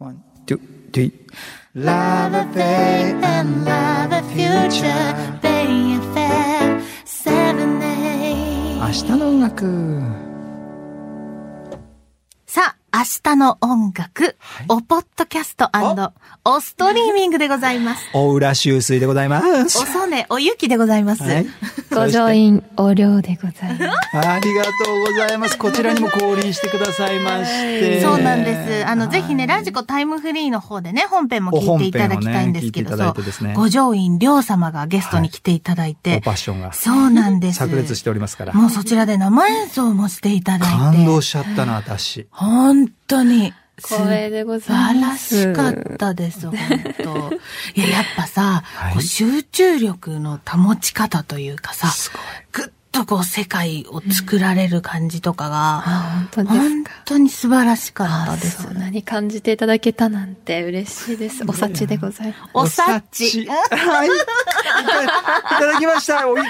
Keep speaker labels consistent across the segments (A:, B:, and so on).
A: One, two, three.
B: Love a babe and love a future. Bay FM 78.
A: 明日の音楽。
B: さあ、明日の音楽、
A: はい
B: おポッドキャストおストリーミングでござい ます。
A: 大浦修水でございま
B: お
A: す。
B: 曽根おゆきでございます。
A: はい。
C: ご乗員お料でございます。
A: そしてありがとうございます。こちらにも降臨してくださいまして。
B: そうなんです。あの、ぜひね、
A: はい
B: ラジコタイムフリーの方でね、本編も聞いていただきたいんですけど、
A: お本編をね聞いていただいてですね
B: そうご上院亮様がゲストに来ていただいて、
A: おパッションが
B: そうなんです。
A: 炸裂しておりますから。
B: もうそちらで生演奏もしていただいて。
A: 感動しちゃったな、私。
B: 本当に。
C: 光栄でご
B: 素
C: ざい
B: 晴
C: ま
B: ら
C: す。
B: しかったです、本当。いや、やっぱさ、
A: はい
B: こう集中力の保ち方というかさ、
A: ごい。
B: ぐっとこう世界を作られる感じとかが、
C: あ、 本当です
B: 本
C: か。
B: 当に素晴らしかった
C: あ、
B: で
C: そ
B: す
C: ん。なに感じていただけたなんて嬉しいです。お察しでございます。
B: おさち。
A: はい。いたいただきました、おゆき。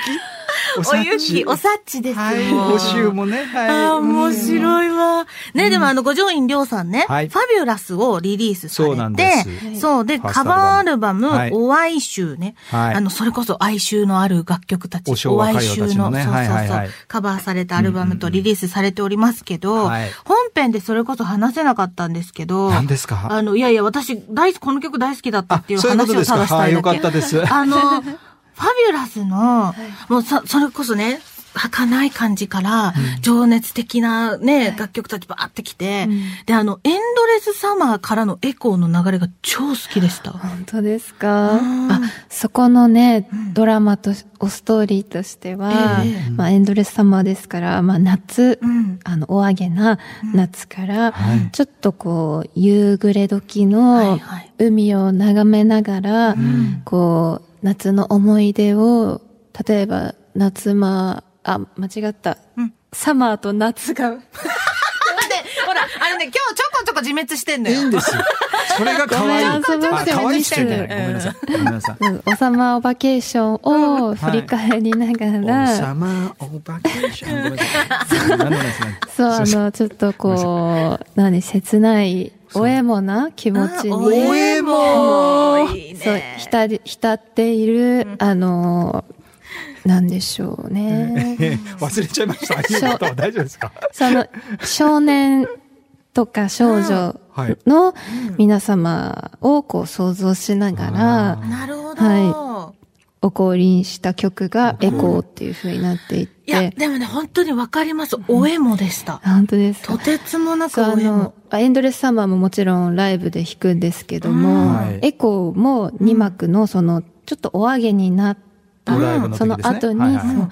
B: おゆき、おさっちですよ。
A: はい。おしゅうもね。はい。
B: ああ、面
A: い。
B: 白いわ。ね、でもあの、五条院亮さんね、
A: はい
B: ファビュラスをリリースされ
A: そ
B: て、
A: うなんです
B: そうで、
A: ファース
B: カ
A: ト
B: バーア
A: ア
B: ル
A: ル
B: バム、
A: はい
B: お哀愁ね、
A: はい
B: あの、それこそ哀愁のある楽曲たち、
A: お昭和
B: 哀
A: 歌謡た
B: 愁
A: ち
B: の、
A: のね
B: そうそうそう、
A: はいはいはい
B: カバーされたアルバムとリリースされておりますけど、
A: はい
B: 本編でそれこそ話せなかったんですけど、
A: 何ですか
B: あの、いやいや、私、大好き、この曲大好きだったっていう
A: あそういうこと
B: 話を
A: ですか
B: ただしたいだけ。
A: はいよかったです
B: あの、 ファビュラスの、もうそ、それこそね、儚い感じから、情熱的なね、楽曲たちばーってきて、
C: うん
B: で、あの、エンドレスサマーからのエコーの流れが超好きでした。
C: 本当ですか
B: うん
C: あ、そこのね
B: ん、
C: ドラマとし、おストーリーとしては
B: ええ、
C: まあエンドレスサマーですから、まあ夏
B: う、ん。
C: あの、おあげな夏か
A: は
C: ら
A: い、
C: ちょっとこう、夕暮れ時
B: はい
C: の
B: はい。
C: 海を眺めながら、
A: ん
C: こう、夏の思い出を、例えば、夏間、あ、間違った。
B: うん
C: サマーと 夏が、
B: 待って、ほら、あのね、今日ちょこちょこ自滅してんの
A: いい
B: よ。
A: んですよ。それが可愛い。
C: ごめん遊ば
A: あ
C: せて
A: 可愛いっちゃいけ
C: 見
A: な
C: せ
A: い。
C: て
A: ごめんなさい。ごめんなさい。
C: おサマーオバケーションを振り返り ながら、
A: 王様お化けじゃん。ごめんな さい。何でもないですね。
C: そう、あ
A: すいま
C: の、ちょっとこう、何、切ない、おえもな気持ち
B: お
C: に、
B: えもいいね。
C: そう、浸り、浸っている、あの、なんでしょうね。
A: せん忘れちゃいました。ありがとう大丈夫ですか。
C: その、少年とか少女
A: はい
C: の皆様をこう想像しながら、
B: なるほど。
C: はお降臨した曲がエコーっていう風になっていっ
B: い、や、
C: て、
B: でもね、本当にわかります。おえもでした。
C: 本当です
B: と
C: か。
B: てつもなく
C: そう、あ
B: おえも
C: の。、エンドレスサマーももちろんライブで弾くんですけど
B: うん
C: も、
A: はい
C: エコーも2幕のその、ちょっとお揚げになった、
A: ドライブの
C: そ
A: 時
C: の
A: ですね。
C: 後に、
A: はいはい
C: そう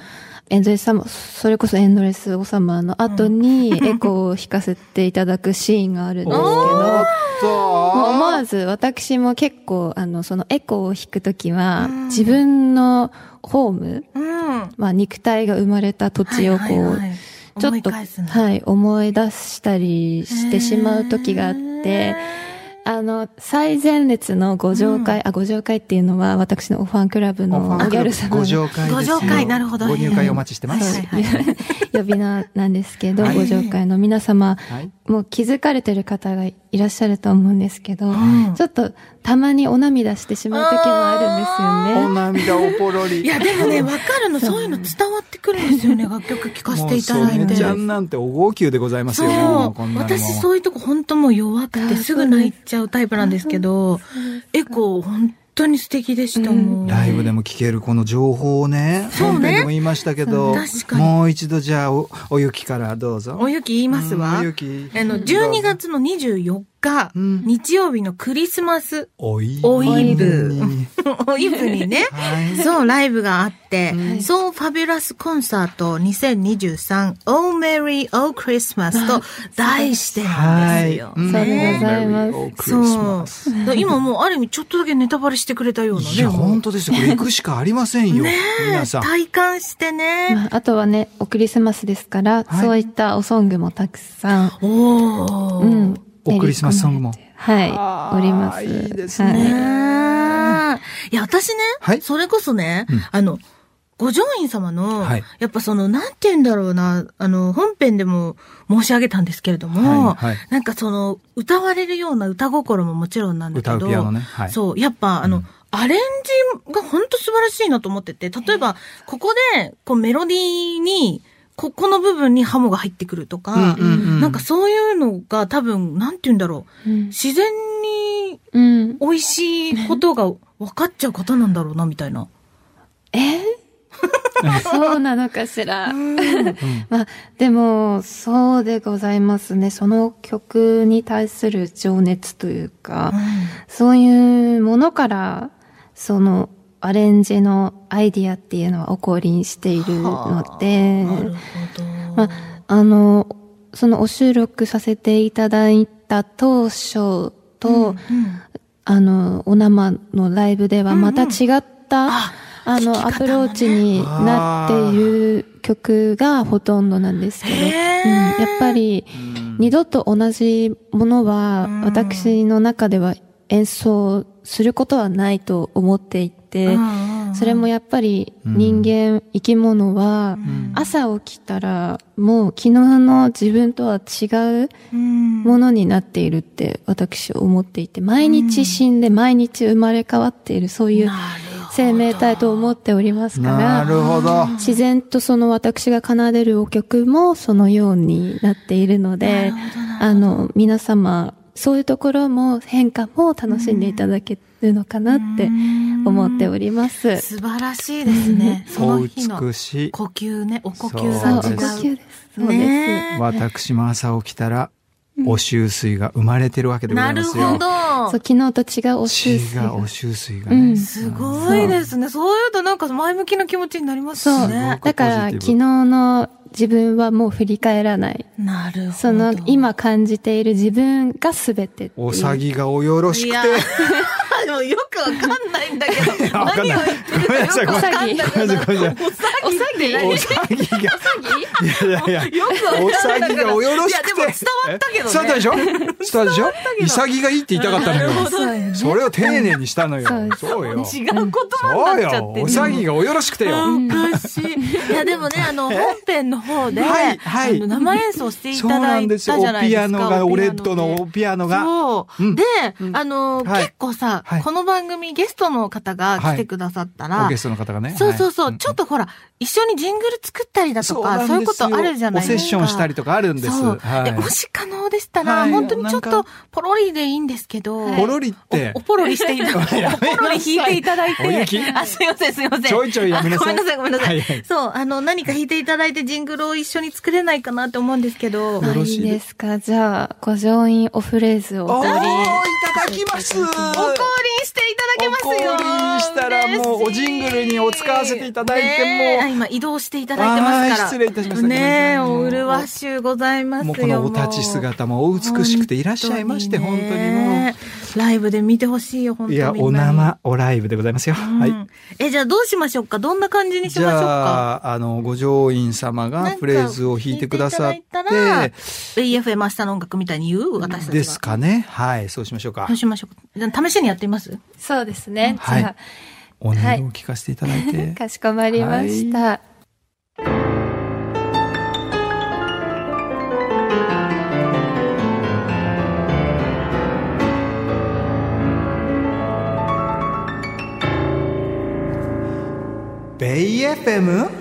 C: エンドレスサマー、それこそエンドレスオサマーの 後に、エコーを弾かせていただくシーンがあるんですけど、
A: おーそう
C: もう思わず私も結構あのそのエコーを弾くときは、
B: うん
C: 自分のホーム、
B: うん。
C: まあ、肉体が生まれた土地をこう、ちょっと
B: い、
C: はい、思い出したりしてしまうときがあって、あの、最前列のご上会、あ、ご上会っていうのは私のオファンクラブ
A: お
C: の
A: ファン
C: お
A: ク
C: ギ
A: ラブ
C: ャル様
A: ご
C: の
A: 紹介ですよ
B: ご紹介なるほど
A: ご入会お待ちしてま
C: そ
A: す。
C: う
B: はいは
C: 呼び名なんですけど、
A: はい
C: ご上会の皆様、
A: はい。
C: もう気づかれてる方がいらっしゃると思うんですけど、
B: ん
C: ちょっとたまにお涙してしまう時もあるんで
A: お
C: すよね。
A: 涙おぽろり。
B: いや、でもね、わかるの、そういうの伝わってくるんですよね、楽曲聴かせていただ
A: も
B: いう
A: そ
B: て
A: うめ。ちゃんなんてお号泣でございますよ。もうこんなのも
B: 私そういうとこ本当もう弱くてすぐ泣いちゃうタイプなんですけど、エコー本当に素敵でしたもん。
A: ライブでも聞けるこの情報をね、
B: そうね
A: 本編でも言いましたけど、
B: うん確かに
A: もう一度じゃあお、おゆきからどうぞ。
B: おゆき言いますわ。
A: うん
B: あ
A: お
B: の
A: ゆ、き。
B: 12月の24日、
A: うん
B: 日曜日のクリスマス
A: おい
B: おいぶ
A: ぶに。
B: おイブにね、
A: はい。
B: そう、ライブがあって、
C: ん
B: そう、ファビュラスコンサート2023 Oh Merry Oh Christmas と題してなんですよ。
A: ん
C: そうでございます
A: メリークリス
B: そ
A: マ
B: う
A: ス。
B: 今もうある意味ちょっとだけネタバレしてくれたようなね。
A: いや、
B: もう
A: 本当ですよ。これ行くしかありませんよ。皆さん。
B: 体感してね。
C: まあ、あとはね、おクリスマスですか
A: は
C: ら、
A: い
C: そういったおソングもたくさん、
B: おお。
C: うん。
A: おクリスマスソングも
C: 練り込まれてはい、おります。
A: いいですね
C: はい
B: ねえいや、私ね、
A: はい
B: それこそね、
A: うん
B: あの、五条院様の、
A: はい
B: やっぱその、なんて言うんだろうな、あの、本編でも申し上げたんですけれども、
A: はいはい
B: なんかその、歌われるような歌心ももちろんなんだけど、
A: 歌うピアノねはい
B: そう、やっぱあの、アレンジが本当素晴らしいなと思ってて、例えば、ここで、こうメロディーに、ここの部分にハモが入ってくるとか、
A: うんうんうん
B: なんかそういうのが多分、なんて言うんだろう、
C: うん
B: 自然に
C: うん。
B: 美味しいことが分かっちゃう方なんだろうな、みたいな。
C: えそうなのか しら。
A: ん
C: まあ、でも、そうでございますね。その曲に対する情熱というか、そういうものから、その、アレンジのアイディアっていうのは起こりしているので、
B: なるほど。
C: まあ、あの、そのお収録させていただいた当初と、
B: うん
C: あの、お生のライブではまた違った、
B: あ
C: あ
B: 聞き方もね
C: の、アプローチになっている曲がほとんどなんですけど、うん、
B: へー
C: やっぱり、二度と同じものは
B: うん、
C: 私の中では演奏することはないと思っていて、
B: うんうん
C: それもやっぱり
A: うん
C: 人間、生き物は、
A: ん
C: 朝起きたらもう昨日の自分とは違う
B: うん
C: ものになっているって私思っていて、毎日死んで毎日生まれ変わっている、そういう
B: なるほど
C: 生命体と思っておりますか
A: な
C: ら、
A: るほど。
C: 自然とその私が奏でるお曲もそのようになっているので、あの、皆様、そういうところも変化も楽しんでいただけるのかなって思っております。
B: 素晴らしいですね。そ
A: お
B: の日の
A: 美しい。
B: 呼吸ね、お呼
A: そう
B: 吸
C: そう、お
B: が違う。
C: 呼吸です。そうです。
B: ねえ
A: 私も朝起きたら、お収水が生まれてるわけでござ
B: ない
A: ま
B: る
A: す
B: ほ
A: よ。
B: ど
C: そう。昨日と違うお
A: 血
C: 習性
A: が、
C: が
A: お収水が
C: う
A: ね。
C: ん
B: すごいですね。そういうとなんか前向きな気持ちになります
C: そう。
B: ね。
C: だから、
A: ポジティブ
C: 昨日の自分はもう振り返らない。
B: なるほど。
C: その、今感じている自分が全てっていう。
A: おさぎがおよろしく
B: いや
A: て。
B: でもよくわかんないんだけど、
A: わかん
B: 何
A: ない
B: を言ってるかよくわかんなく
A: ごめんな
B: な
A: さいごめんな
B: る。おさぎって何
A: おさぎが。いやいやいや。
B: よくわかん
A: お
B: ない
A: さぎがおよろしくて。
B: いやでも伝わったけどね。
A: え伝わったでしょ伝わったでしょイサギがいいって言いたかったの
B: なる
A: よ
B: ほ。どね
A: それを丁寧にしたのよ
C: そう。
A: そうよ。
B: 違う言葉
A: そう
B: になっちゃ
A: よ
B: っ。て
A: おさぎがおよろしくてよ。
B: おかしい。いや、でもね、あの、本編の方で、
A: はいはい
B: あの生演奏してい
A: そ
B: た
A: う
B: だ
A: ないん
B: た
A: です
B: じ
A: よ。
B: ゃ
A: お
B: ないで
A: ピ
B: すか。
A: アノが、
B: お
A: オ
B: ピ
A: レ
B: ア
A: ッ
B: ノ
A: ドのおピアノが。
B: そう。
A: うん
B: で、あの、
A: はい
B: 結構さ、
A: はい
B: この番組ゲストの方が来てくださったら、
A: オーケストラの方がね。
B: そうそうそう、
A: はい
B: ちょっとほら、一緒にジングル作ったりだとか、そう
A: なん
B: い
A: で
B: うこ
A: すよ
B: とあるじゃないですか。
A: おセッションしたりとかあるんです。
B: そう、でも
A: は
B: し可能でしたら、
A: はい
B: 本当にちょ
A: な
B: っ
A: ん
B: と
A: か
B: ポロリでいいんですけど、
A: い。ポロリって
B: お、ポロリし ていただい
A: やめな
B: て、
A: さい
B: ポロリ弾いていただい
A: おゆ
B: て
A: き、
B: あ、すいません、すいません。
A: ちょいちょいやめなさい
B: あごめんなさい、ごめんなさ
A: はいはい
B: い。そう、あの、何か弾いていただいて、ジングルを一緒に作れないかなって思うんですけど、
A: よ
C: あ
A: ろ
C: い
A: しい
C: いですかじゃあ、ご上院オフレーズを
A: お
C: お
A: ーい
C: 送り。
A: ただきます
B: お降臨していただけますよ
A: お降臨したらもうおジングルにお使わせていただいて
B: 嬉しねえ
A: もう
B: あ今移動していただいてますから。
A: あー失礼いたしました
B: ねえ、
A: ご
B: お
A: めんなさい
B: 麗しゅうございますよ。
A: もうこのお立ち姿もお美しくていらっしゃいまして、本当にも
B: ねライブで見てほしいよ、
A: う。
B: 本当
A: い
B: に。
A: や、お生、おライブでございますよ。
B: うん。
A: はい。
B: え、じゃあどうしましょうかどんな感じにし
A: じ
B: ましょうか
A: ゃあ、あの、ご乗員様
B: なん
A: が
B: か
A: フレーズを弾いてくださっ
B: 弾いただい
A: て、
B: たら AFM 明日の音楽みたいに言う私たちが。
A: ですかね。はい、そうしましょうか
B: どう。しましょうかじゃあ試しにやってみます
C: そうですね。
A: はい
C: じゃ
A: お音を聞かせていただい
C: あ、
A: て。
C: かしこまりました。
A: ベイ FM?
B: 明日の音楽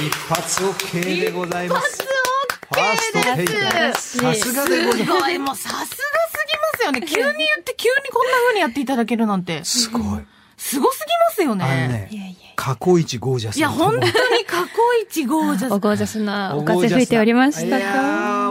A: 一発 OK でございます。ファース
B: 一
A: ト
B: 発 OK
A: テイ
B: で
A: ク
B: す
A: さすがでございます
B: す。ごい、もうさすがすぎますよね。急に言って、急にこんな風にやっていただけるなんて。
A: すごい。
B: すごすぎますよ
A: あの
B: ね。
C: いやい
A: ね、過去一ゴージャス
B: いや、
A: なと思う。
B: 本当に過去一ゴージャ
C: お
B: ス。
C: ゴージャスなお
A: ゴー
C: 風
A: ジャスない
C: 吹いておりました
A: い
C: か
A: や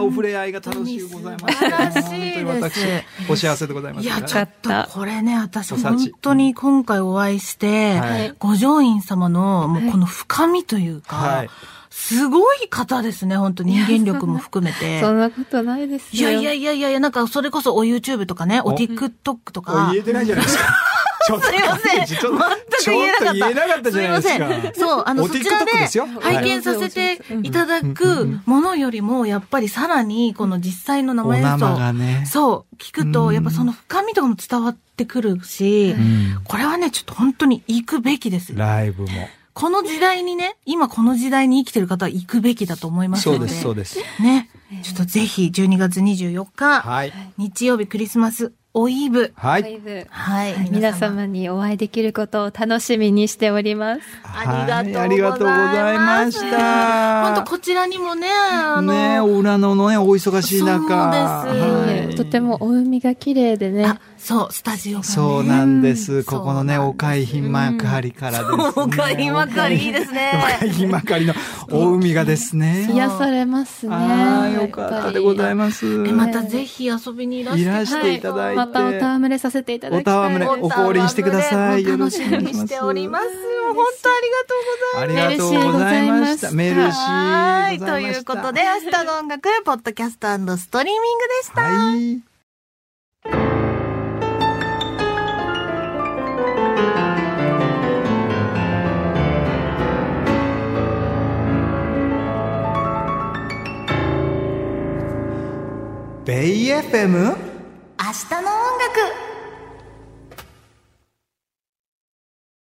A: ーお触れ合いが楽しいございます。本
B: 本当に素晴ら
A: 当
B: しいです
A: に私、お幸せでございます。
B: いや、ちょ
C: か
B: っ
C: っ
B: と
C: た、
B: これね、私、
A: お幸
B: 本当に今回お会いして、
A: はい
B: 五条院様の、もうこの深みというか、
A: はい
B: すごい方ですね、本当人間力も 含めて。
C: そんなことないです
B: いや
C: よ。
B: いやいやいやいや、なんか、それこそお YouTube とかね、お
A: お
B: TikTok と
A: も
B: か
A: う言え、てないじゃないですか。ちょっと
B: すいません
A: ちょっと
B: 全く言えなかっ
A: ちょっ
B: た
A: と言えなかったじゃないですか
B: すいませんそうあの
A: お
B: そちら
A: TikTok
B: で
A: ですよ
B: 拝見させていただくものよりもやっぱりさらにこの実際の生
A: お
B: 演
A: 生
B: 奏
A: がね
B: そう聞く
A: う
B: と
A: ん
B: やっぱその深みとかも伝わってくるし
A: うん
B: これはねちょっと本当に行くべきです
A: ライブも
B: この時代にね今この時代に生きてる方は行くべきだと思います
A: そ
B: の
A: う
B: で
A: ですそうです
B: ねちょっとぜひ12月24日
A: はい
B: 日曜日クリスマスオイーブ
A: は
D: ラ
A: い
D: イブ
B: はい
D: はい皆様にお会いできることを楽しみにしております。
B: あり
A: は
B: が
A: ありが
B: と
A: と
B: う
A: う
B: ご
A: ご
B: ざ
A: ざ
B: い
A: い
B: ま
A: ますした
B: 本当こちらにもね、あの、
A: ねお裏のねお忙しい中
B: そうです
A: はい
D: とてもお海が綺麗でね。
B: あ、そう、スタジオがね。
A: そうなんです。
B: そう
A: ここのね、
B: なん
A: お海浜幕張からですね。
B: おかいまかりいいです
A: お
B: ね。
A: 海浜幕張の大海がですね。
D: 癒されますね。
A: ああ、よかったでござい
D: ま
A: ます。
B: えまたぜひ遊びにいらして
A: いらしていただいて
D: またお戯れさせていただ
A: お
D: きたい。
A: たわむれ、お降臨してください。
B: お楽しみにしております。本当ありがとうございます。
A: ありがとうございました。メルシ
B: は
A: ーで
B: い。
A: ご
B: と
A: ざい
B: い
A: ま
B: う
A: し
B: こ
A: た。
B: とで、明日の音楽、ポッドキャストストリーミングでした。
A: はい。ベイ FM?
B: 明日の音楽。